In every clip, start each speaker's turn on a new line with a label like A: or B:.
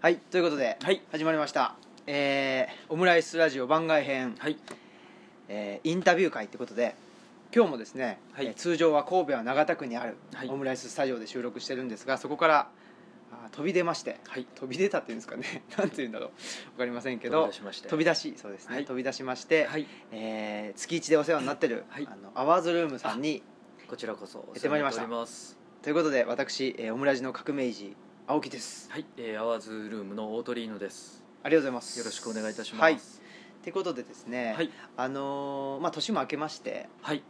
A: はいということで、
B: はい
A: 始まりましたえーオムライスラジオ番外編、
B: はい
A: えーインタビュー会ってことで今日もですね、
B: はい
A: えー通常は神戸は長田区にある
B: はい
A: オムライススタジオで収録してるんですがそこからあー飛び出まして
B: はい
A: 飛び出たっていうんですかね なんて言うんだろう分かりませんけ
B: けど
A: ど
B: 出しまして
A: 飛び出しそうですね、
B: はい
A: 飛び出しまして、
B: はい
A: えー月一でお世話になってる、
B: はい
A: あのアワーズルームさんに
B: こちらこそお
A: やってまいりました
B: 世話になっておます
A: ということで私、えーオムラジの革命児青木です
B: はい、えー、アワーズルームのオートリーノです
A: ありがとうございます
B: よろしくお願いいたし
A: は
B: ま
A: い、っ
B: す
A: てことでですね、
B: はい
A: あのーまあ、年も明けまして、
B: はい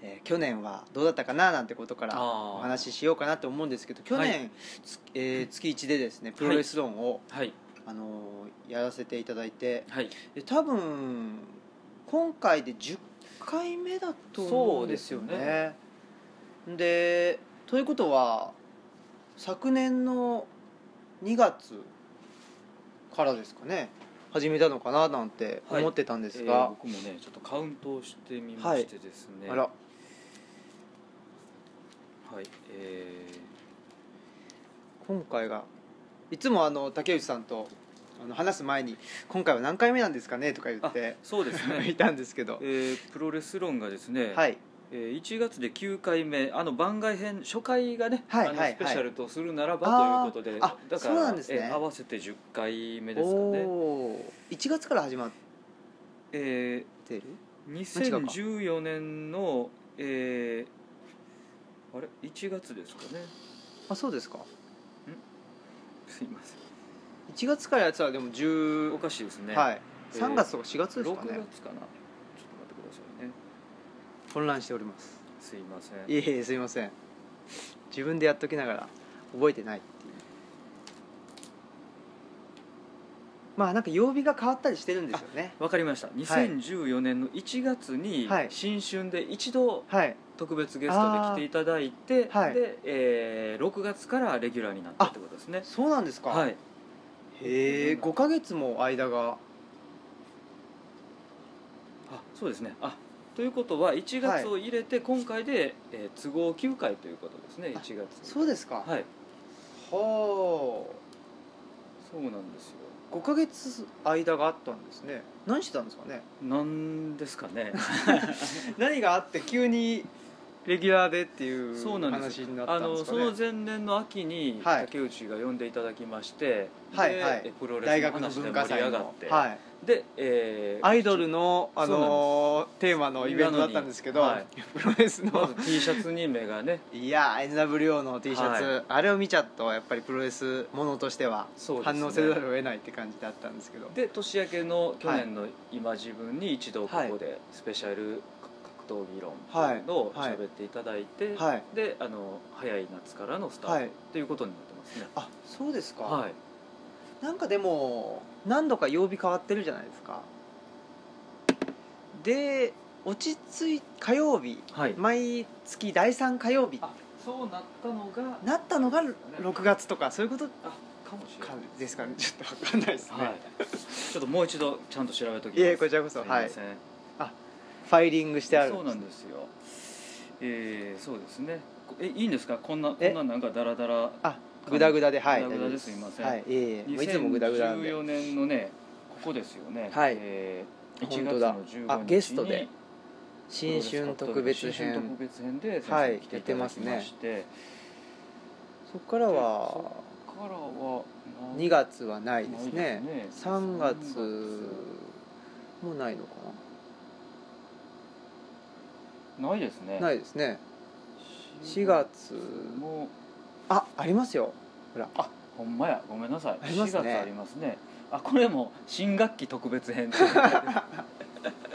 A: えー去年はどうだったかななんてことから
B: あー
A: お話ししようかなと思うんですけど去年、
B: は
A: つえー月1でですねプロレス論を、
B: はい
A: あのーやらせていただいて
B: はい
A: で多分今回で10回目だと思うんですよ
B: そうです
A: ね。でということは昨年の2月からですかね始めたのかななんて
B: はい
A: 思ってたんですが、
B: えー僕もねちょっとカウントをしてみましてですね
A: あら
B: はいえ
A: 今回がいつもあの竹内さんとあの話す前に「今回は何回目なんですかね?」とか言
B: ー、
A: って
B: あそうです
A: い
B: ね
A: たんですけど
B: え、ー、プロレス論がですね、
A: はい
B: えー、1月で9回目あの番外編初回がね、
A: はい
B: あの
A: はい
B: スペシャルとするなら
A: あー
B: ばということで
A: あ
B: だか
A: そうな
B: ら、
A: んですね
B: えー合わせて10回目ですかね、
A: おお1月から始まっ
B: えー、
A: てる
B: 2014年のえー、あれ1月ですかね
A: あそうですか
B: すいません
A: 1月からやつはでも10
B: おかしいですね、、
A: はいい、3月とか4月です
B: 6
A: か
B: 月
A: ね
B: かなちょっと待ってくださいね
A: 混乱しております
B: すいません
A: いえいえすいません自分でやっときながら覚えてないっていうまあなんか曜日が変わったりしてるんですよね
B: わかりました2014年の1月に
A: はい
B: 新春で一度
A: はい
B: 特別ゲストで来ていただいて、
A: あーはい
B: で、えー、6月からレギュラーになったってことですね
A: そうなんですか、
B: はい
A: へえ5か月も間が
B: あそうですねあということは1月を入れて今回で、えー都合9回ということですね
A: あ
B: 1月
A: そうですか
B: はい
A: は
B: そうなんですよ
A: あ5か月間があったんですね何してたんですかね
B: なんですか ね
A: 何があって急にレギュラーでっていう
B: そうなんです
A: 話になった
B: あ
A: んで
B: の
A: すか
B: そ
A: ね
B: の前年の秋に
A: はい
B: 竹内が呼んでいただきまして、
A: はい
B: で
A: はい
B: えプロレ
A: 大
B: スの
A: 学の
B: 話で
A: 文化
B: 盛り
A: 祭
B: 上がっ
A: の
B: て、
A: はい
B: で、えー
A: アイドルの、あのーテーマのイベントだったんですけど、
B: なのに
A: プロレス
B: ま
A: の
B: ず T シャツに目がね
A: いやー NWO の T シャツ、
B: は
A: あれを見ちゃうとやっぱりプロレスものとしては
B: そうですね
A: 反応せざるを得ないって感じだったんですけど
B: で年明けの去年の今自分に一度ここでスペシャル格闘技論っていうのを
A: はいはい
B: 喋っていただいて、
A: はい
B: であの早い夏からのスタ
A: は
B: ー
A: い
B: トということになってますね
A: あそうですか、
B: はい
A: なんかでも何度か曜日変わってるじゃないですかで落ち着い火曜日
B: はい、
A: 毎月第3火曜日
B: あそうなったのが
A: なったのが6月とかそういうこと
B: あかもしれな
A: か
B: い
A: ですかねちょっと分かんないですね、
B: はい、ちょっともう一度ちゃんと調べときます
A: いえこちらこそ
B: すいません
A: ファイリングしてある
B: そうなんですよえー、そうですねこえいいんですかこんなこ
A: え
B: んななんかダラダラ
A: あグダグダではい
B: グダグ
A: 大
B: ダで
A: 丈夫
B: すいません
A: はいいえいえもういつもグダグダなんで
B: 2014年のねここですよね
A: はい
B: えー、1
A: 本
B: 月
A: 当だ
B: の15日に
A: あゲストで新春特別
B: 新春
A: 編
B: 特別編で先
A: は
B: 生
A: い
B: に来ていただきまして,、
A: そこからは
B: そこからは何
A: 2月はな
B: ない
A: ですね
B: ですね
A: 3月
B: 三
A: もないのか
B: 月ないですね
A: なないですね4
B: 四
A: 月
B: も
A: あありますよほら
B: あほんまやごめんなさい、
A: あり
B: 四
A: ますね
B: 月ありますねあこれも新学期特別編ほん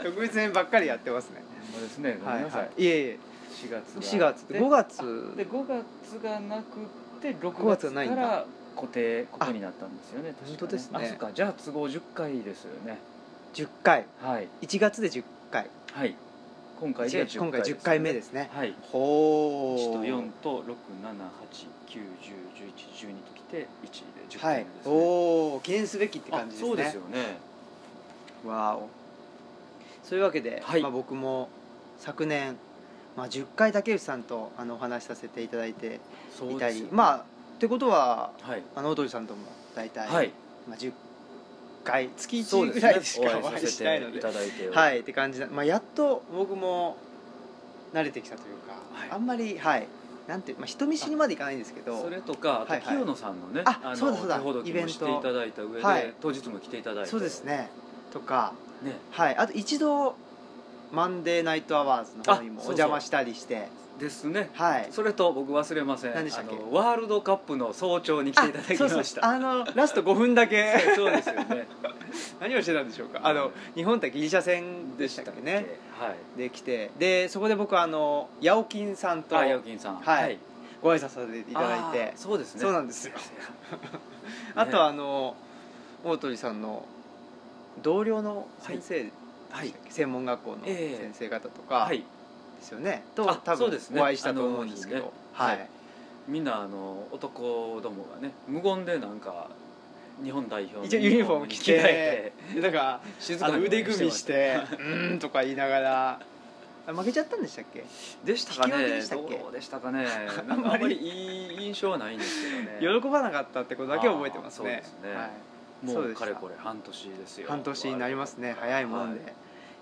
A: 特別編ばっかりやってますね
B: まですねごめ
A: は
B: ん
A: い
B: なさい、
A: はいいえいえ
B: 4月が
A: 4月
B: で
A: 5月
B: で5月がなくて6
A: 5月
B: 月
A: がない
B: か
A: んだ
B: ら固定ことになったんですよね確か
A: 本当ですね
B: あそっかじゃあ都合10回ですよね
A: 10回
B: はい
A: 1月で10回
B: はい今回で
A: 今回10回目ですね
B: はい
A: ほ
B: 1
A: ー
B: と4と6789101112ときて1で10
A: は
B: 回
A: い
B: 目です、ね
A: おお記念すべきって感じですね
B: あそうですよね
A: わおそういうわけで、
B: はい
A: まあ、僕も昨年、まあ、10回竹内さんとあのお話しさせていただいて
B: そ
A: いうた
B: です
A: り、
B: よね
A: まあってことは
B: はい
A: あのおとりさんとも大体、
B: はい
A: まあ、10回月
B: そう
A: 1
B: で
A: ぐ
B: すね
A: らいしかお
B: お
A: 会
B: 会い
A: い
B: さ
A: しない
B: せ
A: の
B: てい
A: で
B: ただいて
A: はいって感じな、まあ、やっと僕も慣れてきたというか、
B: はい
A: あんまりはいなんて、まあ、人見知りまでいかないんですけど
B: それとかあと
A: はいはい
B: 清野さんのね、
A: あ
B: の
A: そうだそうだ
B: 手ほどき
A: イベン
B: も
A: ト
B: していただいた上で、
A: はい
B: 当日も来ていただいて
A: そうですねとか、
B: ね
A: はい、あと一度「マンデーナイトアワーズ」の方にも
B: あ
A: お
B: そうそう
A: 邪魔したりして
B: ですね
A: はい
B: それと僕忘れません
A: 何でしたっけ
B: あのワールドカップの早朝に来ていただきま
A: あそう
B: し
A: そう
B: た
A: あのラスト5分だけ
B: そうですよね
A: 何をしてたんでしょうかあの日本対ギリシャ戦でしたっけね
B: はい
A: で来てでそこで僕あのヤオキンさんと
B: あヤオキンさん
A: はいご挨拶させていただいて
B: あーそうですね
A: そうなんですよ
B: ね
A: あとはあの大鳥さんの同僚の先生、
B: はい
A: 専門学校の
B: え
A: 先
B: え
A: 生方とか
B: はい
A: ですよね、と
B: あ
A: 多
B: そう
A: 分
B: ですね
A: お会いしたと思うんですけど、
B: あの
A: は
B: はい
A: い、
B: みんなあの男どもがね無言でなんか日本代表の
A: 一応ユニフォーム着て
B: 着替え
A: だから
B: 静
A: あ
B: か
A: の
B: に
A: 腕組みして「うーん」とか言いながらあ負けちゃったんでしたっけ、
B: でしたか
A: 引き分け
B: ね
A: でしたっけ
B: どうでしたかね な
A: あ
B: ん
A: ん
B: か
A: ま
B: あ
A: り
B: んまりいい印象はないんですけどね
A: 喜ばなかったってことだけ覚えてますね
B: あーそうですね
A: はい、
B: も
A: そう
B: う
A: でした
B: かれこれ半年ですよ
A: 半年になりますね早いもんで、、
B: は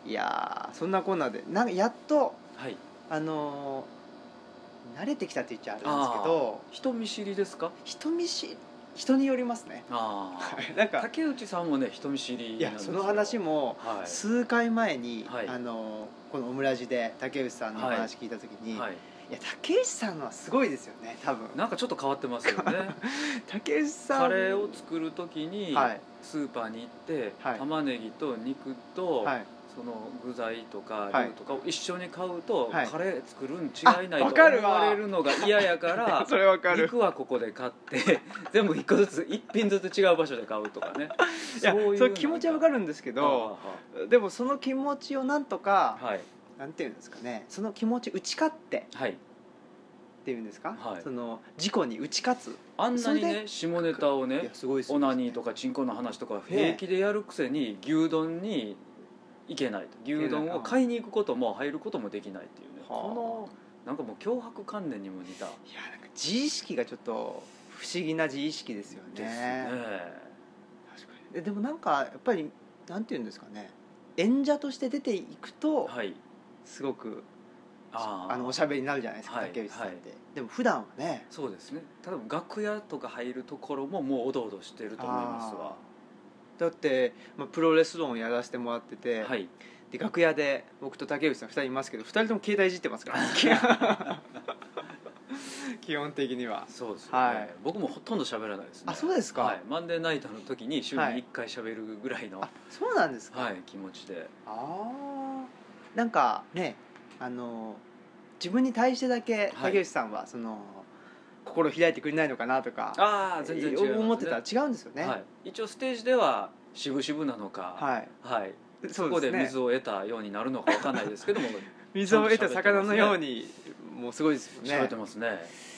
B: い
A: やーそんなこんなでなんかやっと
B: はい
A: あのー慣れてきたって言っちゃあれなんですけど
B: 人見知りですか
A: 人見知り人によりますね
B: ああ
A: なんか
B: 竹内さんもね人見知り
A: い
B: なん
A: や
B: です
A: そ
B: よ
A: の話も
B: はい
A: 数回前に、
B: はい
A: あのこのオムラジで竹内さんのお話聞いた時に、、
B: はいい、
A: や竹内さんのはすごいですよね多分
B: なんかちょっと変わってますよね
A: 竹内 さん
B: カレーを作る時に
A: はい
B: スーパーに行って、
A: はい
B: 玉ねぎと肉と、
A: はい
B: その具材とか
A: はい
B: ルーとかを一緒に買うと、
A: はい
B: カレー作るん違いない
A: あわ
B: と
A: かる
B: 思
A: わ
B: われるのが嫌やか ら
A: それわかる
B: 肉はここで買って 全部一個ずつ一品ずつ違う場所で買うとかね
A: いやそう気持ちはわか
B: る
A: るんですけどでもその気持ちをなんとか、
B: はい
A: なんていうんですかねその気持ち打ち勝って
B: はい
A: っていうんですか、
B: はい
A: その事故に打ち勝つ
B: あんなに
A: それ
B: ね下ネタを
A: い
B: ね
A: やすごいです
B: オナニーと
A: か
B: かチンコの話とか平気でやるくせに牛丼に行けない牛丼を買いに行くことも入ることもできないっていうね
A: はあ
B: このなんかもう脅迫観念にも似た
A: いやなんか自意識がちょっと不思議な自意識ですよね
B: ですね
A: 確かにででもなんかやっぱりなんていうんですかね演者として出ていくと
B: はい
A: すごく
B: あー
A: あのおしゃべりになるじゃないですか
B: はい
A: 竹内さんって、でも普段はね
B: そうですねただ楽屋とか入るところももうおどおどしてると思いますわ
A: だって、まあ、プロレス論やらせてもらってて、
B: はい
A: で楽屋で僕と竹内さん2人いますけど2人とも携帯いじってますから 基本的には
B: そうですよね、
A: はい
B: 僕もほとんど喋らないですね
A: あそうですか
B: はい、マンデーナイトの時に週に1回喋るぐらいの、は
A: あそうなんです
B: い
A: か、
B: 気持ちで
A: ああなんかねあの自分に対してだけ
B: はい
A: 竹内さんはその、心開いてくれないのかなとか
B: ああ全然違いますね
A: 思ってたら違うんですよね
B: はい、一応ステージでは渋々なのか
A: はい、
B: はい、
A: そ
B: ここ
A: うで
B: です
A: ね
B: 水を得たようになるのかわかんないで すけども
A: 水を得た魚のようにもうすごいですよねいや
B: 喋ってますね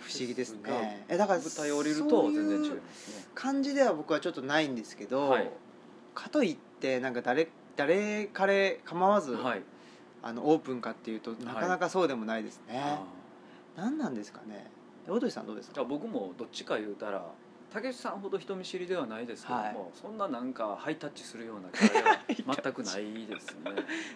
A: 不思議です
B: そうか
A: ねえだから
B: 舞台降りると全然違い
A: そう
B: ま
A: いう
B: すね
A: 感じでは僕はちょっとないんですけど、
B: はい
A: かといってなんか誰誰彼構わず、
B: はい
A: あのオープンかっていうとなかなかそうでもないですね、
B: あー
A: 何なんですかねえオードリーさんどうです
B: じゃ
A: か
B: あ僕もどっちか言うたら竹内さんほど人見知りではないですけども、
A: はい
B: そんななんかハイタッチするようなキャラでは全くないです ね、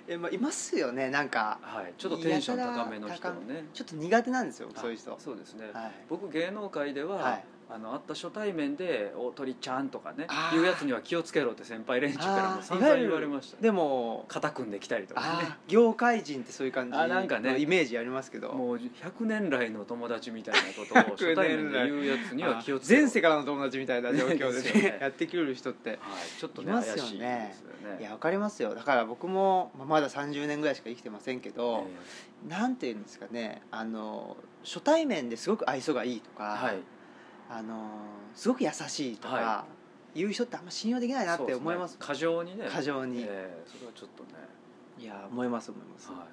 A: え、まあ、いますよねなんか
B: はい、ちょっとテンション高めの人もね
A: ちょっと苦手なんですよ
B: あ
A: そういう人はい
B: そうですね、僕芸能界では、
A: はい
B: あの会った初対面で「大鳥ちゃん」とかね
A: あー
B: 言うやつには気をつけろって先輩連中から
A: あ
B: も
A: ー
B: 散々言われましたね
A: でも
B: 肩組んできたりとかね
A: あー業界人ってそういう感じ
B: あなんかね
A: のイメージありますけど
B: もう100年来の友達みたいなことを初対面で言うやつには気をつけろ
A: 前世からの友達みたいな状況で
B: で
A: ね
B: すよね
A: やってくる人って
B: はい、ちょっと
A: い
B: ね怪
A: ま
B: しい
A: す
B: で
A: よ
B: すよ
A: ね
B: ね
A: いやわかりますよだから僕もまあまだ30年ぐらいしか生きてませんけど、
B: ええ
A: なんていうんですかねあの初対面ですごく愛想がいいとか、
B: はい
A: あのすごく優しいとか、
B: は
A: いう人ってあんま信用できないなって思います
B: そうでね過剰にね
A: 過剰に、
B: ええそれはちょっとね
A: いや思います思います、
B: は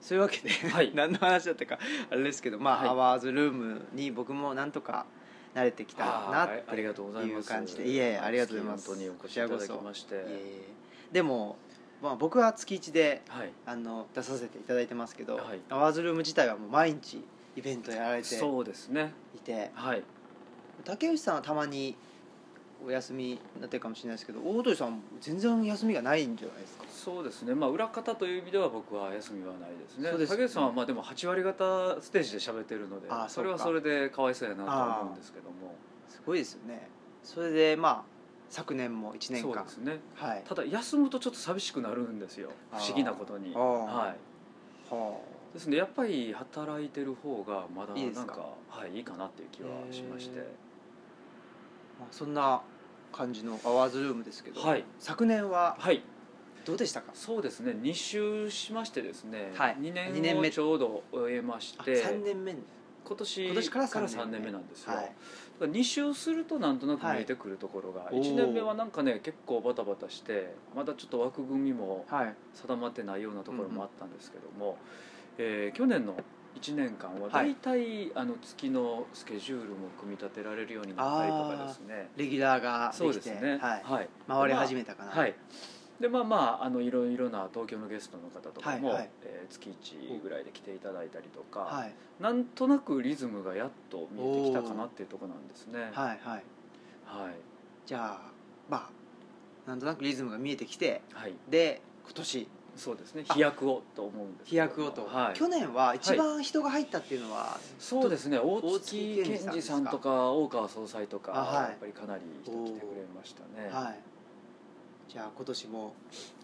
A: そういうわけで、
B: はい
A: 何の話だったかあれですけどまあ、
B: はい
A: アワーズルームに僕もなんとか慣れてき
B: い
A: たなって
B: はいありがとうございます
A: いう感じでいえいえありがとうございます
B: 本当にお越しいただきまして
A: いえいえでも、まあ、僕は月1で
B: はい
A: あの出させていただいてますけど、
B: はい
A: アワーズルーム自体はもう毎日イベントやられて
B: そうですね
A: いて
B: はい
A: 竹内さんはたまにお休みになってるかもしれないですけど大鳥さん全然休みがないんじゃないですか
B: そうですねまあ裏方という意味では僕は休みはないですね
A: そうですね
B: 竹内さんはまあでも8割方ステージで喋ってるので
A: あー
B: それは
A: そう
B: そ
A: か
B: れでかわいそうやなとは思うんですけども
A: すごいですよねそれでまあ昨年も1年
B: そう
A: 間
B: ですね
A: はい
B: ただ休むとちょっと寂しくなるんですよ
A: あー
B: 不思議なことに
A: あー
B: はい
A: は
B: ですのでやっぱり働いてる方がまだ
A: いいで
B: な
A: す
B: ん
A: か
B: かはい、いいかなっていう気はしまして
A: へあまあそんな感じのアワーズルームですけど、
B: はい
A: 昨年は
B: はい
A: どうでしたか
B: そうですね2周しましてですね、
A: はい
B: 2年
A: 二年目
B: をちょうど終えまし
A: あ
B: て
A: 3年目に
B: 今年
A: 今年から三年目
B: 3年目なんですよ、
A: は
B: だか
A: い
B: ら2周するとなんとなく見えてくるところが、
A: はい
B: 1年目はなんかね結構バタバタしてまだちょっと枠組みも
A: はい
B: 定まってないようなところもあったんですけども、えー去年の1年間は大体、あの月のスケジュールも組み立てられるようになったりとかですね
A: レギュラーが
B: そう
A: で
B: で
A: き
B: す
A: て、
B: ね
A: はい、
B: はい、
A: 回り始めたかな、
B: はい、でまあまああのいろいろな東京のゲストの方とかも、
A: はいはい
B: えー月1ぐらいで来ていただいたりとか、
A: はい
B: なんとなくリズムがやっと見えてきたかなっていうところなんですね。はい、
A: はいはいじゃあまあなんとなくリズムが見えてきて
B: はい、
A: で今年
B: そうですね
A: あ
B: 飛躍をと思うんです
A: 飛躍をと、
B: はい、
A: 去年は一番人が入ったっていうのは、
B: そうですね大
A: 大
B: 月
A: 月健
B: 健二
A: 二
B: さ
A: さ
B: ん
A: ん
B: と
A: と
B: か大川総裁とか、
A: あはい
B: やっぱりかなり人来てくれましたね
A: はいじゃあ今年も、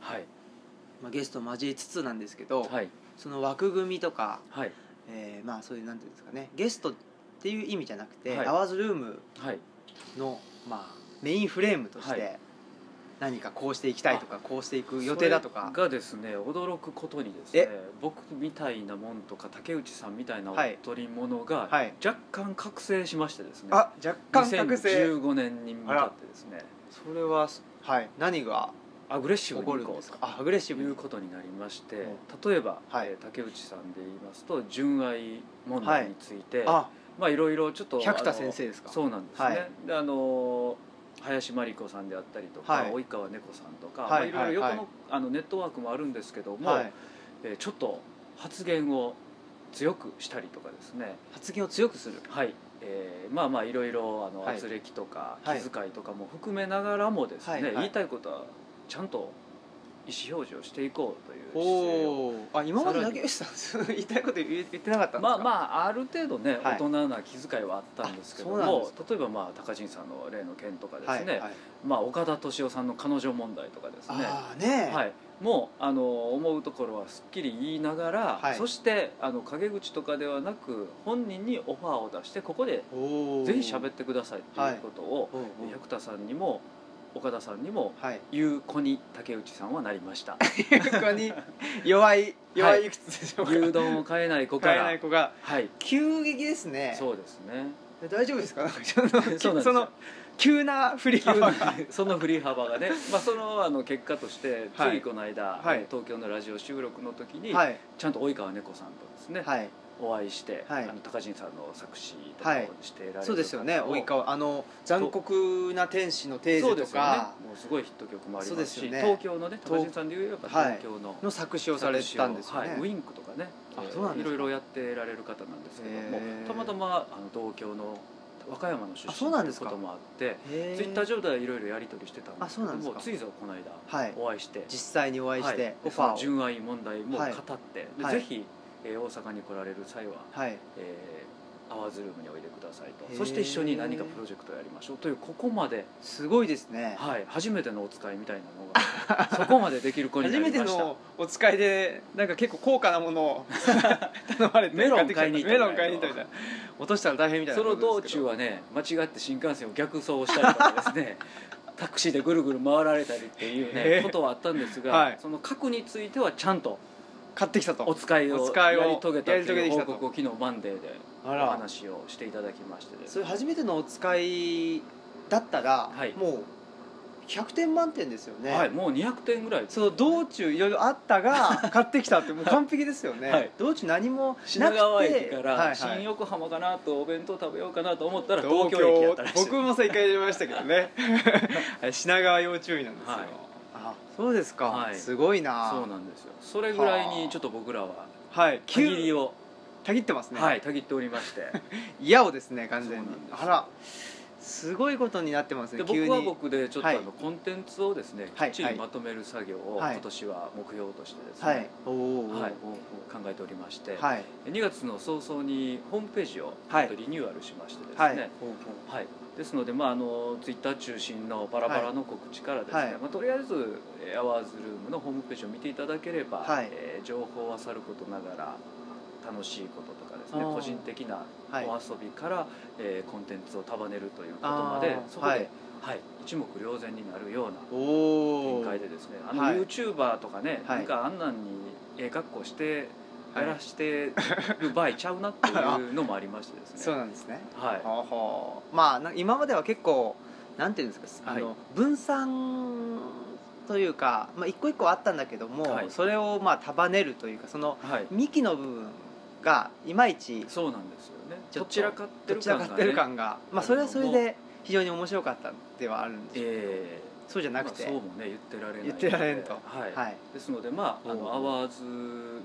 B: はい
A: まあ、ゲストを交えつつなんですけど、
B: はい
A: その枠組みとか、
B: はい
A: えーまあそういうなんていうんですかねゲストっていう意味じゃなくて、
B: はい
A: アワーズルーム
B: はい
A: の、まあ、メインフレームとし
B: は
A: て何かこうしていきたいとかこうしていく予定だとか
B: それがですね驚くことにですね
A: え
B: 僕みたいなもんとか竹内さんみたいなお
A: はい
B: 取り物が
A: はい
B: 若干覚醒しましてですね、
A: あ若干覚醒
B: 2015年に向かってですね
A: それははい何が
B: アグレッ
A: 起
B: シブに
A: こ
B: 行
A: るん
B: こ
A: で
B: う
A: す
B: と
A: かあアグレッシブ
B: いう
A: に
B: ことになりまして、
A: う
B: 例えば、
A: はい
B: えー竹内さんで言いますと純愛問題について、
A: あ
B: まあいろいろちょっと
A: 百
B: あ
A: 田
B: の
A: 先生ですか
B: そうなんですね、
A: はい
B: であの林真理子さんであったりとか、
A: はい
B: 及川猫さんとか、
A: はい
B: いまあ、いろいろ横
A: はい
B: の,、
A: はい
B: あのネットワークもあるんですけども、
A: はい、
B: えーちょっと発言を強くしたりとかですね
A: 発言を強くする
B: はい、えーまあまあいろいろあの
A: はい
B: 圧力とか
A: はい
B: 気遣いとかも含めながらもですね、
A: はいはい
B: 言いたいことはちゃんと意思表示をしていこうという
A: お
B: 姿勢を
A: おあ今まで
B: さら
A: だけ
B: に
A: 吉さん 言いたいこと言え言ってなかったんです
B: ま
A: か
B: あまあある程度ね、
A: はい
B: 大人な気遣いはあったんですけど
A: あそうなんで
B: も
A: す
B: 例えばまあ高人さんの例の件とかです
A: はい
B: ね、
A: はい、
B: まあ、岡田敏夫さんの彼女問題とかですね
A: ああねえ、
B: はい、もうあの思うところはすっきり言いながら、
A: はい
B: そしてあの陰口とかではなく本人にオファーを出してここで
A: おお
B: ぜひ喋
A: っ
B: ってくださいっていうことを、
A: おうおう
B: 百田さんにも岡田さんにも
A: はい
B: 言う子に竹内さんはなりました
A: 床に弱い弱いいくつでしょうか、
B: 牛丼を買えない子 か
A: 買え
B: ら
A: ない子が
B: はい
A: 急激ですね
B: そうです ね
A: 大丈夫ですかなんかその
B: そうなんです
A: そ
B: よ
A: の急な振り
B: 急
A: 幅
B: に
A: が
B: その振り幅がね、まあ、そのあの結果としてつ
A: はい
B: いこの間、
A: はい
B: 東京のラジオ収録の時に、
A: はい
B: ちゃんと及川猫さんとですね、
A: はい
B: お会いして、
A: はい
B: あの高人さんの作詞とかをしてられる、
A: そうですよね及川あの残酷な天使のテー
B: そう
A: ゼ
B: で
A: と
B: すよね
A: か
B: もうすごいヒット曲もあり
A: そう
B: ま
A: ですす
B: し
A: よね
B: 東京のね
A: と
B: 高人さんで言えば
A: はい
B: 東京の
A: の作詞をされてたんですよね、
B: はい、ウィンクとかね
A: あ
B: えー
A: そうなんですか
B: いろいろやってられる方なんですけども
A: へー
B: たまたまあの東京の和歌山の出
A: あそう
B: 身
A: なん
B: とい
A: で
B: う
A: す
B: こ
A: か
B: ともあって
A: へ
B: ツイッター上ではいろいろやり取りしてたんです
A: あそ
B: けど
A: うなんです
B: も
A: か
B: ついぞこの間
A: はい
B: お会いして
A: 実際にお会いして、
B: はい
A: オファーを
B: その純愛問題も語って、で
A: はい
B: ぜひ、えー大阪に来られる際は
A: はい
B: えー、アワーズルームにおいでください
A: へ
B: と
A: ー
B: そして一緒に何かプロジェクトをやりましょうというここまで、
A: すごいですね、
B: はい、初めてのお使いみたいなのが そこまでできる子にな
A: 初
B: りま
A: め
B: した
A: てのお使いでなんか結構高価なもの を頼まれて
B: メロン
A: ってきた
B: 買いに行った
A: メロン買いに行ったみたいな落としたら大変みたいな
B: その
A: こと
B: 道
A: ですけ
B: 中
A: ど
B: はね間違って新幹線を逆走したりとかです ねタクシーでぐるぐる回られたりっていう
A: へ
B: ね
A: ー
B: ことはあったんですが、
A: はい
B: その核についてはちゃんと
A: 買ってきたと
B: お使いを
A: お使いを
B: やり遂げたと
A: やり遂げ
B: い
A: てき
B: う
A: た
B: 報
A: と
B: 告を昨日マンデーで
A: あ
B: お
A: ら
B: 話をしていただきましてです
A: それ初めてのお使いだったら、
B: はい
A: もう100点満点ですよね、
B: はい、もう200点ぐらい
A: その道中いろいろあった が買ってきたってもう完璧ですよね、
B: はい
A: 道中何もな
B: 品
A: くて
B: 川駅か
A: はい
B: ら
A: はい
B: 新横浜かなとお弁当食べようかなと思ったら東
A: 東
B: 京駅やっ
A: 京
B: たらしいです
A: 僕も正解出ましたけど ねはい品川要注意なんですよ、
B: はい
A: あそうですか、
B: はい
A: すごいな
B: そうなんですよそれぐらいにちょっと僕らは
A: はい
B: 限りを、
A: たぎってますね、
B: はい、たぎっておりまして
A: 嫌をですね完全に
B: そうなんです
A: あらすごいことになってますね
B: で僕
A: 急
B: は
A: に
B: 僕でちょっとあ
A: はい
B: のコンテンツをですねき
A: は
B: っ
A: い
B: ちりまとめる作業を
A: はい
B: 今年は目標としてです
A: はい
B: ね
A: おーおーおー
B: はい
A: おー
B: 考えておりまして
A: おーはい
B: 2月の早々にホームページをちょ
A: は
B: っ
A: い
B: とリニューアルしましてですね、
A: はい
B: はい、ですので、まあ、あのツイッター中心のバラバラの告知からですね、
A: はい
B: まあ、とりあえずえーアワーズルームのホームページを見ていただければ、
A: はい
B: えー情報はさることながら楽しいこととかですね
A: あー
B: 個人的な
A: はい
B: お遊びから、えーコンテンツを束ねるということまで
A: あー
B: そこで、は
A: はいい
B: 一目瞭然になるような
A: お
B: 展
A: お
B: 開でですねあの
A: はい
B: YouTuber とかね、
A: はい
B: なんかあんなんにええ格好して
A: は
B: や
A: い
B: らしてる場合ちゃうなっていうのもあり ましてですね。
A: そうなんですね
B: はい
A: はあはあまあな今までは結構なんていうんですかあ
B: は
A: の分散というか、まあ、一個一個あったんだけども、
B: はい
A: それをまあ束ねるというかその
B: はい、
A: 幹の部分がいまいち
B: そうなんですよね
A: ちょ
B: ど
A: っと
B: ちらかって
A: ど
B: る
A: ちらか
B: 感が、ね、
A: ってる感が、まあ、それはそれ
B: ある
A: で非常に面白かったではあるんですよ
B: え
A: そうじゃ
B: え
A: なくて、
B: まあ、そうもね言ってられない
A: 言ってられんと
B: はい、
A: はい
B: ですのでまああの
A: おう
B: アワーズ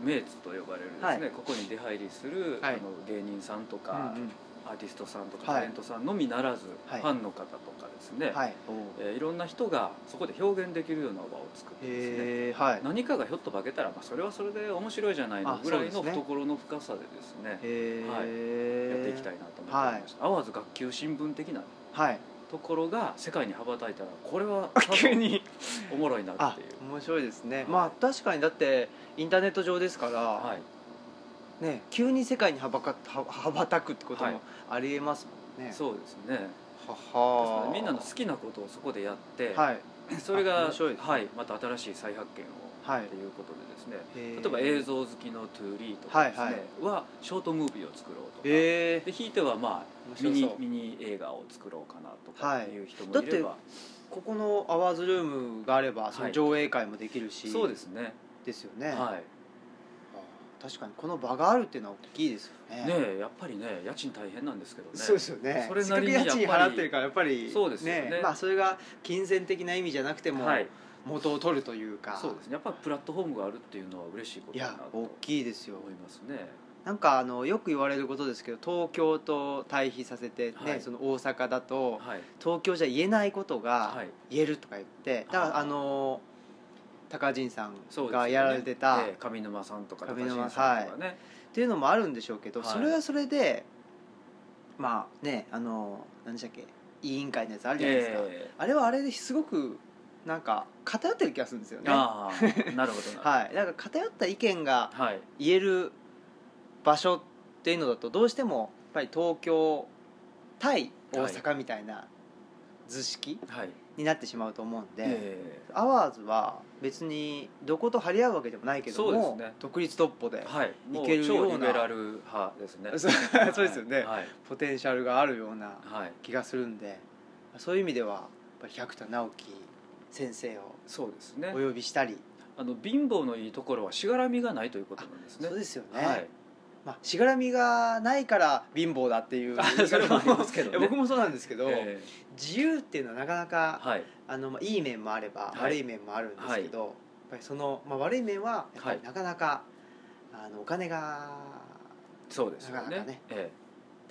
B: メイツと呼ばれるですね、
A: はい
B: ここに出入りする、
A: はい
B: あの芸人さんと
A: う
B: か、
A: ん
B: アーティストさんとか
A: は
B: タ
A: い
B: レントさんのみならず、
A: はい
B: ファンの方とかですね、
A: うんはい
B: えーいろんな人がそこで表現できるような場を作ってですね、
A: へえはい
B: 何かがひょっと化けたら、まあ、それはそれで面白いじゃないの
A: あ
B: ぐらい
A: そ
B: の
A: うですね
B: 懐の深さでですね
A: へえ、
B: やっていきたいなと思っておりました、アワーズ学級新聞的な
A: はい
B: ところが世界に羽ばたいたらこれは
A: 急に
B: おもろいなっ
A: あ
B: ていう
A: 面白いですね、
B: はい
A: まあ確かにだってインターネット上ですから、
B: はい
A: ね、急に世界に羽ばかは羽ばた くってこと
B: はい
A: もありえますもんね、
B: そうですね
A: は
B: です
A: は
B: からみんなの好きなことをそこでやって、
A: はい
B: それが
A: あ面白いですね
B: はい、また新しい再発見を
A: はい
B: っていうことでです
A: へ
B: ね
A: ー
B: 例えば映像好きのトゥーリーとかですね、は
A: はい
B: ショートムービーを作ろうとか、
A: え
B: でひいてはまあミ
A: 面白
B: ニ
A: そう
B: ミニ映画を作ろうかなとか
A: はい
B: いう人もいれば、
A: だここのアワーズルームがあればその
B: はい
A: 上映会もできるし、
B: そうですね
A: ですよね、
B: は
A: 確かにこの場があるっていうのは大きいですよ
B: い
A: ね
B: ねえやっぱりね家賃大変なんですけどね
A: そうですよね
B: それなりに
A: せっか
B: やっぱり
A: く家賃払ってるからやっぱり
B: そうですよね
A: まあ、それが金銭的な意味じゃなくても
B: はい、
A: 元を取るというか、
B: そうですねやっぱりプラットフォームがあるっていうのは嬉しいこと
A: い
B: だな
A: や
B: と思
A: 大きいですよ
B: いますね
A: なんかあのよく言われることですけど東京と対比させて、ね
B: はい
A: その大阪だと
B: はい
A: 東京じゃ言えないこと
B: は
A: が
B: い
A: 言えるとか言って、だか
B: あ
A: ら
B: ー
A: あの高陣さ
B: そうんですよ
A: が
B: ね
A: やられてた、
B: ええ上沼さんとか
A: 上沼
B: 高橋さんとかね
A: っていうのもあるんでしょうけど、
B: はい
A: それはそれでまあねあの何でしたっけ委員会のやつあるじゃないですか、
B: え
A: あれはあれですごくなんか偏ってる気がするんですよ
B: え
A: ねは
B: ああなるほど なるほど
A: いだから偏った意見が
B: はい
A: 言える場所っていうのだとどうしてもやっぱり東京対大阪みたいな図式
B: はい
A: になってしまうと思うんで、
B: え
A: アワーズは別にどこと張り合うわけでもないけど
B: そう
A: も、
B: ですね
A: 独立突破で
B: えはいもう
A: いけるよう
B: 超
A: な
B: リベラル派ですね
A: そう そうですよね、
B: はい
A: ポテンシャルがあるような
B: はい
A: 気がするんでそういう意味ではやっぱり百田直樹先生を
B: そうですね
A: お呼びしたり、
B: あの貧乏のいいところはしがらみがないということなんですね
A: そうですよね、
B: はい
A: まあ、しがらみがないから貧乏だっていう
B: あ それもありますけどね
A: いや僕もそうなんですけど、
B: ええ
A: 自由っていうのはなかなか
B: はい
A: あのまあいい面もあれば
B: はい
A: 悪い面もあるんですけど、やっぱりその、まあ、悪い面はやっぱりなかなか、あのお金が
B: そうですよ
A: なかなか
B: ね
A: ね
B: え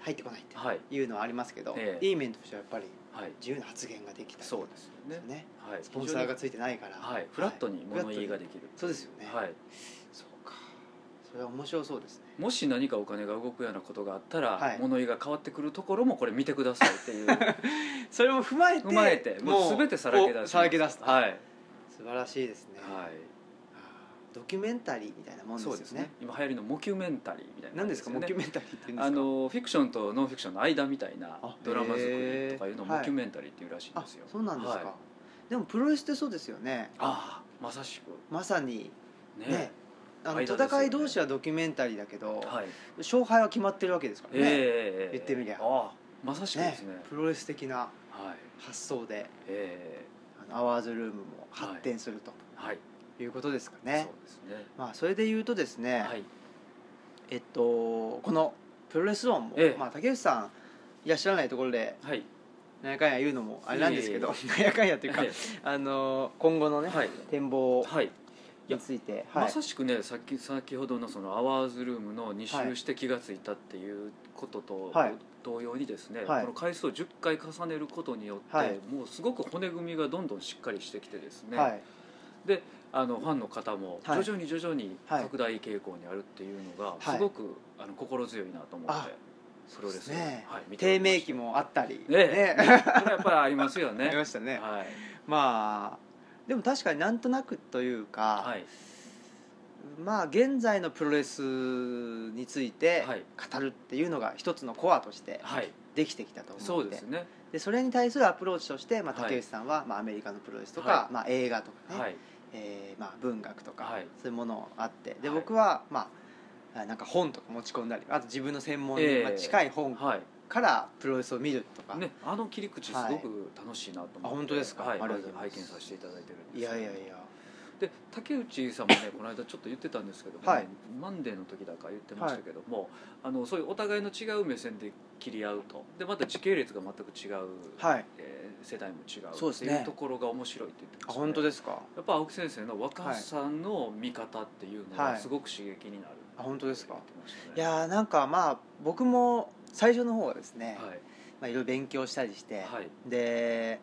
A: 入ってこないっ
B: えはい
A: ていうのはありますけど、
B: ええ
A: いい面としてはやっぱり
B: はい
A: 自由な発言ができたり
B: そうですよ
A: で
B: ね
A: すね
B: はい
A: スポンサーがついてないから、
B: はいフラットに物言いが
A: フラットに
B: できる
A: そうですよね、
B: はい
A: そうかそれは面白そうですね
B: もし何かお金が動くようなことがあったら、
A: はい
B: 物言いが変わってくるところもこれ見てくださいっ ていう
A: それも踏まえて
B: 踏まえてもう全てさらけ出し
A: お
B: ます
A: さらけ出すと、
B: はい、
A: 素晴らしいですね、
B: は
A: ドキュメンタリーみたいなもんで
B: い、
A: す
B: そ
A: よ
B: う
A: ね
B: ですね今流行りのモキュメンタリーみたいな
A: 何ですか、
B: よ
A: モ
B: ね
A: キュメンタリーっていうんですか
B: あのフィクションとノンフィクションの間みたいな
A: あ
B: ドラマ作
A: へー
B: りとかいうのを
A: はい
B: モキュメンタリーっていうらしいん
A: あ
B: ですよ、
A: そうなんですか、
B: はい
A: でもプロレスってそうですよね
B: ああまさしく
A: まさに
B: ね
A: ねあの
B: 間ですよね
A: 戦い同士はドキュメンタリーだけど、
B: はい、
A: 勝敗は決まってるわけですから
B: ええ
A: ね,、
B: ええ
A: 言ってみりゃ
B: ああまさしく
A: ね
B: ですね
A: プロレス的な
B: はい
A: 発想で
B: え
A: あのアワーズルームも発展すると
B: えはい、
A: いうことですかね、
B: そうですね
A: まあそれで言うとですね、
B: はい
A: えっと、このプロレス論も、
B: ええ
A: まあ、竹内さんいらっしゃらないところで
B: はい
A: なんやかんや言うの もあれなんですけど、
B: いえ
A: なんやかんやというか、あの今後のね、
B: はい
A: 展望を
B: はいい
A: については
B: ま
A: い
B: さしくねさっき先ほどのそのアワーズルームの2周して気が付いたっていうことと、
A: はい
B: 同様にですね、
A: はい
B: この回数を10回重ねることによって、
A: はい
B: もうすごく骨組みがどんどんしっかりしてきてですね、
A: はい
B: であのファンの方も
A: はい
B: 徐々に徐々に
A: はい
B: 拡大傾向にあるっていうのが
A: はい
B: すごく、あの心強いなと思っ
A: あ
B: てプロレスを
A: ね
B: はい見て
A: 低
B: おりま
A: 迷
B: した
A: 期もあったり
B: ねえこれはやっぱりありますよ ね
A: ありましたね
B: はい、
A: まあでも確かになんとなくというか、
B: はい、
A: まあ現在のプロレスについて
B: はい
A: 語るっていうのが一つのコアとして
B: はい、
A: できてきたと思
B: そう
A: の
B: ですね
A: でそれに対するアプローチとして、まあ、
B: はい
A: 竹内さんは、まあ、アメリカのプロレスとか、
B: は
A: まあ、映画とかね、
B: はい
A: えーまあ、文学とか、
B: はい
A: そういうものあってで
B: はい
A: 僕は、まああなんか本とか持ち込んだりあと自分の専門に
B: ええ
A: まあ近い本
B: はい
A: からプロレスを見るとか、
B: ね、あの切り口すごく楽しいなと思って、
A: はいあ本当ですか
B: はい、
A: ありがとうございま
B: 拝
A: す
B: 見させていただいてるん
A: い
B: で
A: や
B: すけど
A: いやいや
B: で竹内さん もねこの間ちょっと言ってたんですけどもね、
A: はい
B: マンデーの時だから言ってましたけども、あのそういうお互いの違う目線で切り合うとでまた時系列が全く違う、
A: はい
B: えー世代も違
A: そうで
B: うっ
A: す
B: て
A: ね
B: いうところが面白いって言って
A: あ
B: ました、ね
A: 本当ですか
B: やっぱ青木先生の若さの見方っていうの
A: は
B: はいすごく刺激になる、
A: あ本当ですか
B: って言ってましたね
A: いやーなんかまあ僕も最初の方はですね、
B: はい
A: まあ、いろいろ勉強したりして、
B: はい
A: で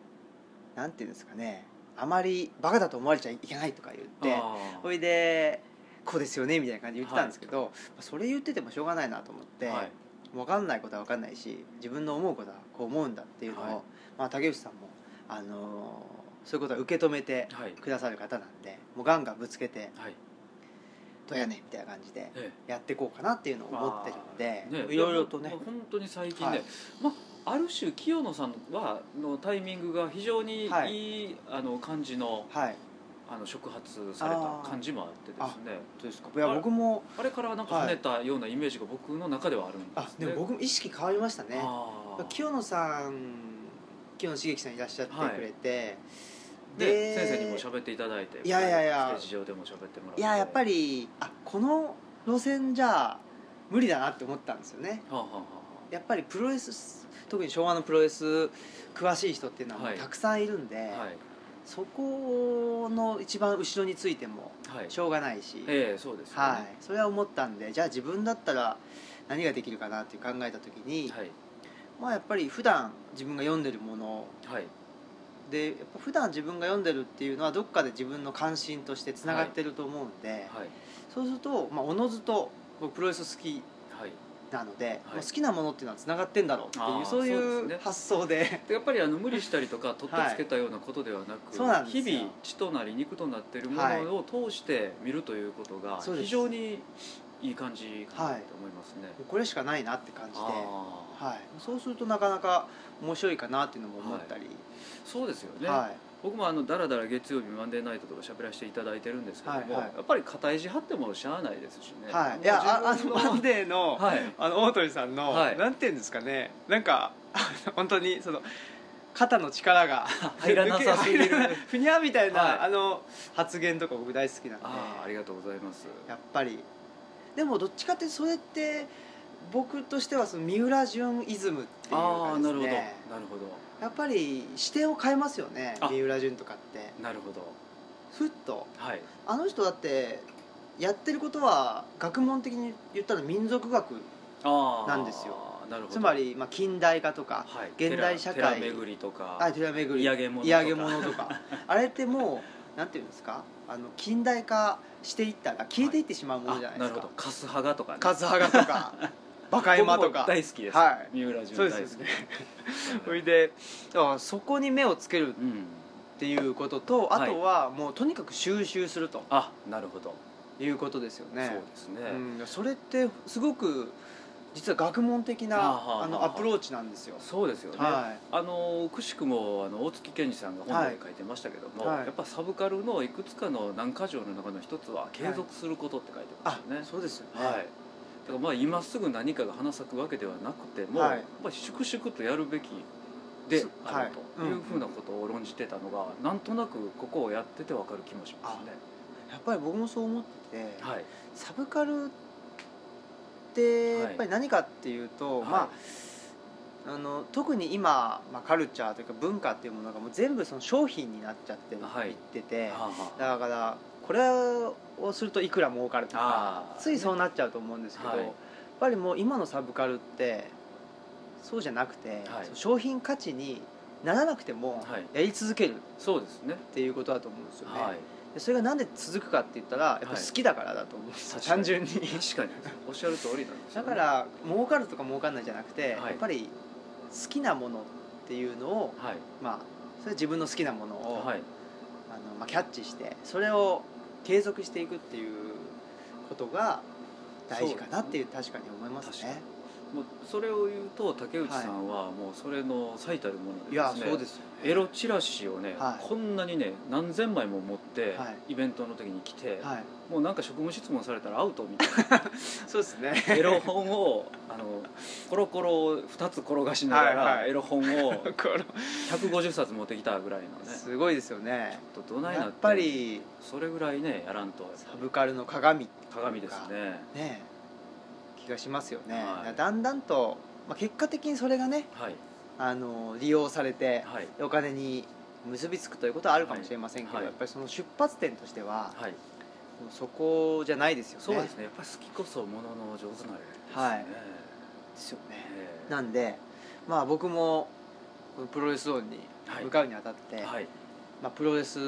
A: なんていうんですかねあまりバカだと思われちゃいけないとか言って
B: あー
A: ほいでこうですよねみたいな感じで言ってたんですけど、それ言っててもしょうがないなと思って、
B: はい
A: 分かんないことは分かんないし自分の思うことはこう思うんだっていうのを、
B: はい
A: まあ、竹内さんも、あのーそういうことは受け止めて
B: はい
A: くださる方なんでもうガンガンぶつけて
B: はい
A: 「どうやねん」みたいな感じで
B: ええ
A: やっていこうかなっていうのを思ってるんで、
B: まあね
A: いろいろとね
B: もう本当に最近ね、
A: はい
B: まあある種清野さんはのタイミングが非常にいい、
A: はい
B: あの感じの
A: はい
B: あの触発された感じもあってですね
A: どうですかいや
B: あれ
A: 僕も
B: あれからなんか跳ねたようなイメージが僕の中ではあるんで
A: あ
B: す
A: で
B: ね。
A: も僕も意識変わりましたね
B: あー
A: 清野さん清野茂樹さんいらっしゃってくれて、
B: で先生にも喋っていただいて
A: いやいやいや
B: ステージ上でも喋ってもらって
A: いややっぱ
B: り
A: りあこの路線じゃ無理だなって思ったんですよね
B: はあはあは
A: やっぱりプロレス特に昭和のプロレス詳しい人っていうのはもう
B: はい
A: たくさんいるんで、
B: あはい
A: そこの一番後ろについても
B: はい
A: しょうがないし、
B: ええそうですよね
A: はい、それは思ったんでじゃあ自分だったら何ができるかなって考えた時に、
B: はい
A: まあやっぱり普段自分が読んでるもの
B: はい
A: でやっぱ普段自分が読んでるっていうのはどっかで自分の関心としてつながってると思うんで、
B: はい
A: そうすると、まあ、おのずと僕プロレス好き
B: はい
A: なので、もう好きなものっていうのはつながってんだろうって
B: あ
A: いう
B: ー
A: そう
B: そう
A: い
B: です
A: う
B: ね
A: 発想で
B: でやっぱりあの無理したりとか取ってつけたようなことではなく、
A: そうなんですよ
B: 日々血となり肉となっているものを通して見るということが
A: そうです
B: 非常にいい感じかなと思いますね。
A: これしかないなって感じで、は
B: ああ
A: い、そうするとなかなか面白いかなっていうのも思ったり、
B: そうですよ
A: はい
B: ね、僕もあのだらだら月曜日「マンデーナイト」とか喋らせていただいてるんですけども、
A: はいはい
B: やっぱり肩意地張ってもしゃあないですしね。
A: はい、いやああのマン
B: デ
A: デーの、
B: はい
A: あの大鳥さんの、
B: はい
A: なんていうんですかねなんかあの本当にその肩の力が
B: 入らなさすぎ る
A: 抜け入らなふにゃみたいな、
B: はい
A: あの発言とか僕大好きなんで
B: ああありがとうございます。
A: やっぱりでもどっちかっていうとそれって僕としてはその三浦純イズムっていう
B: あ
A: か
B: あ
A: で
B: な
A: す
B: るほどなる
A: ね
B: ほ
A: やっぱり視点を変えますよね
B: あ
A: 三浦純とかって
B: どなるほど
A: ふっと
B: はい
A: あの人だってやってることは学問的に言ったら民族学
B: ああ
A: なんですよ
B: なるほ
A: つ
B: ど
A: ま、りまあ近代化とか
B: はい、
A: 現代社会
B: 寺寺巡りとか
A: あ寺巡り
B: 嫌げ物とか
A: 嫌げ物と かあれってもうなんていうんですかあの近代化していったら消えていってしまうものじゃないです
B: あなる
A: か
B: ほどカスハガとかね
A: カズハガと かバカエマと
B: 僕も
A: か
B: 大好きです、
A: はい
B: 三浦淳
A: そう
B: 大好
A: で
B: き
A: すよねそ
B: は
A: れ
B: い
A: でだからそこに目をつける
B: うん
A: っていうこととあ
B: はい
A: とはもうとにかく収集すると
B: あなるほど、
A: いうことですよね
B: そうですね、
A: うん、それってすごく実は学問的な
B: はあはあ
A: あの
B: はあ
A: アプローチなんですよ
B: そうですよね、
A: は
B: あのくしくもあの大月健二さんが本で書いてましたけども、
A: はい
B: やっぱサブカルのいくつかの何か条の中の一つは継続することって書いてまし
A: あ
B: たよね、
A: そうですよね、
B: はいだからまあ今すぐ何かが花咲くわけではなくても、
A: はい
B: やっぱり粛々とやるべきであると
A: はい
B: い
A: うん
B: うふうなことを論じてたのが、なんとなくここをやっててわかる気もしますね。
A: やっぱり僕もそう思ってて、
B: はい、
A: サブカルってやっぱり何かっていうと、
B: はい
A: まあ、あの特に今、まあ、カルチャーというか文化っていうものがもう全部その商品になっちゃってい
B: はい
A: ってて、
B: はあはあ
A: だからこれをするといくら儲かるとか
B: あー
A: ついそうなっちゃうと思うんですけど、
B: はい
A: やっぱりもう今のサブカルってそうじゃなくて、
B: はい
A: その商品価値にならなくても
B: はい
A: やり続けるっ
B: そうですね
A: ていうことだと思うんですよね、
B: はい
A: でそれがなんで続くかって言ったらやっぱ好きだからだと思うんですよ、
B: はい
A: 単純に
B: 確かにおっしゃる通りなんです
A: だ
B: よね
A: から儲かるとか儲かんないじゃなくて、
B: はい
A: やっぱり好きなものっていうのを
B: はい
A: まあそれは自分の好きなものを、
B: はい
A: あのまあ、キャッチしてそれを継続していくっていうことが大事かなっていう確かに思いますね。
B: もうそれを言うと竹内さんはもうそれの最たるもので
A: いや
B: ですね
A: そうですよね。
B: エロチラシをね、
A: はい
B: こんなにね何千枚も持って、
A: は
B: イベントの時に来て、
A: はい。
B: もうなんか職務質問されたらアウトみたい
A: そうですね。
B: な エロ本をあのコロコロを2つ転がしながら、
A: はいはい
B: エロ本 を
A: これ
B: 150冊持ってきたぐらいのね
A: すごいですよね。
B: ちょっとどないな
A: や
B: っ
A: ってぱり
B: それぐらいねやらんと
A: サブカルの鏡っていうか
B: 鏡ですね
A: ね気がしますよね。
B: はい
A: だんだんと、まあ、結果的にそれがね
B: はい
A: あの利用されて
B: はい
A: お金に結びつくということはあるかもしれませんけど、
B: はい
A: やっぱりその出発点としては、
B: はい
A: もうそこじゃないですよね。
B: そうですねやっぱり好きこそものの上手なれですね、
A: はいですよね。
B: えー
A: なんで、まあ、僕もこのプロレスゾーンに
B: はい
A: 向かうにあたって、
B: はい
A: まあ、プロレス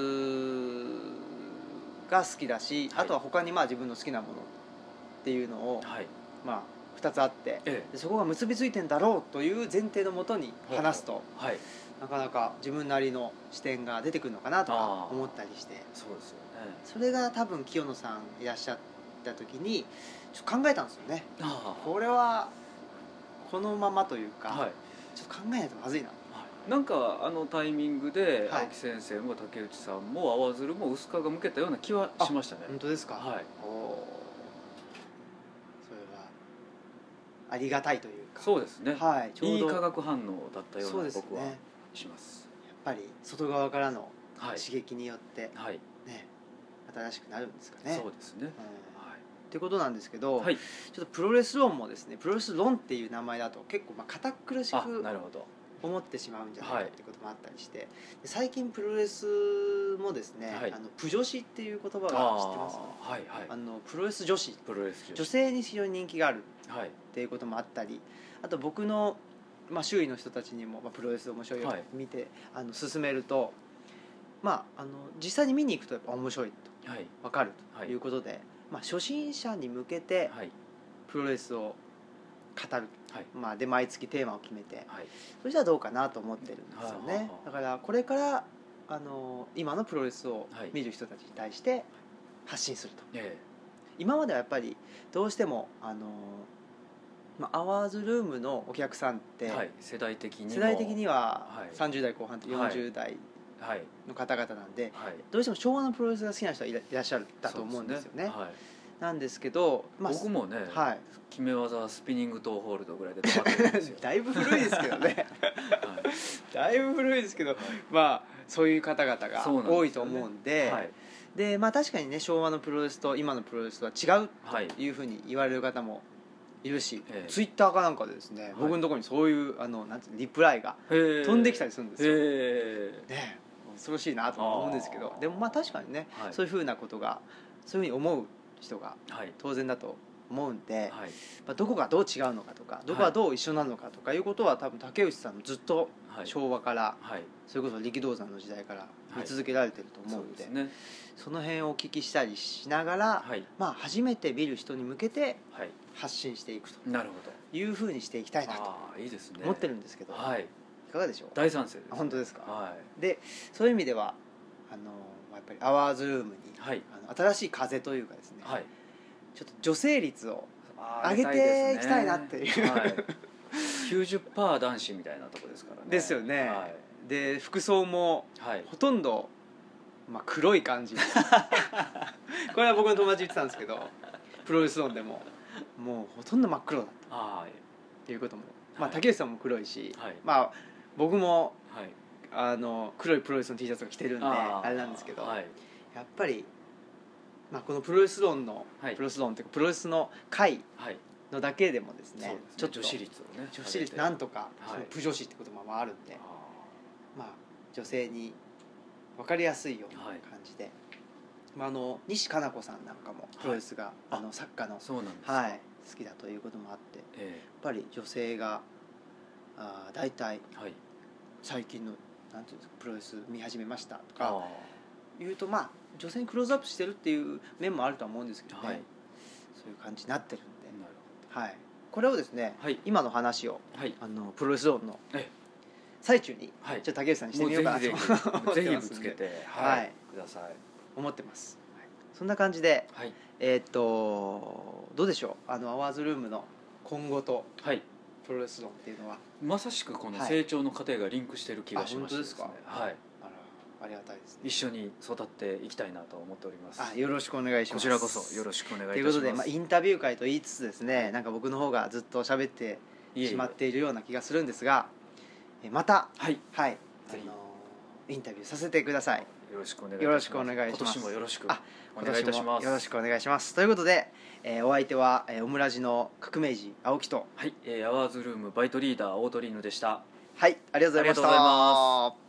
A: が好きだし、
B: は
A: あ
B: い
A: とは他にまあ自分の好きなものっていうのを、
B: はい
A: まあ、2つあって
B: え
A: でそこが結びついてんだろうという前提のもとに話すと
B: えはい
A: なかなか自分なりの視点が出てくるのかなとか
B: あー
A: 思ったりして
B: そうですよね
A: それが多分清野さんいらっしゃった時にちょっと考えたんですよね。
B: あ
A: これはこのままというか、
B: あはい
A: ちょっと考えないとまずいな
B: なんかあのタイミングで
A: はい
B: 青木先生も竹内さんも淡鶴も薄皮が向けたような気はしましたね
A: 本当ですか、
B: はい
A: おおそれはありがたいというか
B: そうですね
A: はいちょうど
B: いい化学反応だったよ
A: そう
B: う
A: で
B: な
A: すね
B: 僕は
A: やっ
B: します
A: ぱり外側からの
B: はい
A: 刺激によって
B: はい
A: ね、新しくなるんですかね
B: そうですね
A: うん
B: は
A: ってことなんですけど、
B: いはい
A: ちょっとプロレス論もですねプロレス論っていう名前だと結構まあ堅苦し
B: あ
A: く
B: なるほど
A: 思ってしまうんじゃないか
B: はい
A: ってこともあったりして、で最近プロレスもですね、
B: はい
A: あのプ女子っていう言葉が
B: あ
A: 知ってます
B: あはいはい
A: あのプロレス女子
B: プロレス女
A: 女性に非常に人気がある
B: はい
A: っていうこともあったりあと僕の、まあ、周囲の人たちにも、まあ、プロレス面白いよ
B: はい
A: 見て、あの進めると、まあ、あの実際に見に行くとやっぱ面白いと
B: はい
A: 分かる
B: は
A: と
B: い
A: いうことで、まあ、初心者に向けて
B: はい
A: プロレスを語る、
B: はい
A: まあ、で毎月テーマを決めて
B: はい
A: そしたらどうかなと思ってるんですよ
B: はいはい
A: ね
B: はい
A: だからこれからあの今のプロレスを
B: はい
A: 見る人たちに対して発信すると。
B: え
A: 今まではやっぱりどうしてもあの、まあ、アワーズルームのお客さんっ
B: え
A: て、
B: はい世代的にも
A: 世代的には
B: はい
A: 30代後半と40代
B: はい
A: の方々なんで、
B: はい
A: どうしても昭和のプロレスが好きな人はいらいらっしゃるだと思うんですよね
B: はい
A: なんですけど、まあ
B: 僕もね
A: はい、
B: 決め技はスピニングトーホールドぐらいで止 まってるんですよ
A: だいぶ古いですけどね
B: はい
A: だいぶ古いですけどまあそういう方々が
B: そうなんですよね
A: 多いと思うんで
B: はい
A: でまあ、確かにね昭和のプロレスと今のプロレスとは違う
B: はい
A: というふうに言われる方もいるし、
B: ええ
A: ツイッターかなんかでですね、
B: い
A: 僕のところにそういうあのなんていうのリプライが飛
B: 飛
A: んできたり
B: す
A: するんですよ、
B: る
A: ねえ恐ろしいなとか思うんですけど
B: あー
A: でもまあ確かにね、
B: はい
A: そういうふうなことがそういうふうに思う人が
B: はい
A: 当然だと思うんで、
B: はい
A: まあ、どこがどう違うのかとかどこがどう一緒なのかとかいうことは多分竹内さんもずっと
B: はい
A: 昭和から、
B: はい
A: それこそ力道山の時代から見続けられてると
B: そ
A: 思う
B: うんで
A: で,、
B: すね
A: その辺をお聞きしたりしながら、
B: はい
A: まあ、初めて見る人に向けて
B: はい
A: 発信していくと
B: なるほど
A: いうふうにしていきたいなと
B: ああいいですね
A: 思ってるんですけど、
B: はい
A: いかがでしょう
B: 大賛成です
A: あ本当ですか
B: は
A: でそういう意味ではあのやっぱりアワーズルームに
B: いはい
A: あの新しい風というかですね、
B: はい
A: ちょっと女性率を
B: あー
A: 上げていきたいなって
B: 上げ
A: い
B: た
A: う
B: いですねはい90%男子みたいなとこですからね
A: ですよね
B: はい
A: で服装も
B: はい
A: ほとんど、まあ、黒い 感じこれは僕の友達言ってたんですけどプロレスゾーンでももうほとんど真っ黒だ
B: は
A: ということも、まあ、
B: はい
A: 竹内さんも黒いし
B: い、はい
A: まあ僕も
B: はい
A: あの黒いプロレスの T シャツが着てるんであ
B: ー
A: れなんですけど、
B: はい
A: やっぱり、まあ、このプロレス論の、
B: はい
A: プロレス論というかプロレスの会
B: はい
A: のだけでもですね
B: そう
A: ちょっと
B: 女子率をね
A: 女子率
B: 上げて
A: なんとか、
B: はい
A: そのプ女子って言葉もあるんで
B: あ
A: まあ女性に分かりやすいような感じで、まあ、あの西加奈子さんなんかもプロレスが、
B: あ
A: あの作家の
B: ー、そうなんですか、
A: はい、好きだということもあってやっ
B: え
A: ぱり女性があー大体
B: えはい
A: 最近のなんていうんですかプロレス見始めましたと
B: あ
A: か言うとまあ女性にクローズアップしてるっていう面もあるとは思うんですけどね、
B: はい
A: そういう感じになってるん
B: ー
A: で、
B: なる
A: はい、これをですね、
B: ほどはい
A: 今の話を
B: はい
A: あのプロレスゾーンの
B: え
A: 最中に、
B: はい
A: ちょっと竹内さんにして
B: もう
A: みようかなと
B: ぜひぜひぜ
A: 思って
B: ひ
A: ます
B: ぶ
A: んで
B: つけて
A: はい
B: ください
A: 思ってます、はいそんな感じで
B: はい
A: えーっとどうでしょうあのアワーズルームの今後と
B: はい
A: プロレスゾーンっていうのは
B: まさしくこの
A: はい
B: 成長の過程がリンクしてる気がしまし
A: あ本
B: て
A: 当です
B: はい
A: あらありがたいですね
B: 一緒に育っていきたいなと思っております
A: あよろしくお願いし
B: こ
A: ます
B: ちらこそよろしくお願いいた
A: という
B: し
A: こ
B: ます
A: とで、まあ、インタビュー会と言いつつですねなんか僕の方がずっと喋って
B: いえいえ
A: しまっているような気がするんですがえまた
B: はい
A: はいあ
B: ぜひ
A: のインタビューさせてください
B: よろしくお願いいたし
A: よ
B: ます
A: ろしくお願いします
B: 今年もよろしく
A: あ
B: お願いいたし
A: 今
B: ま
A: 年も
B: す
A: よろしくお願いしますということで、えーお相手は、えーオムラジの革命児青木と
B: はい、えー、アワーズルームバイトリーダー大鳥犬でした
A: はいありがとうございました
B: ありがとうござい
A: す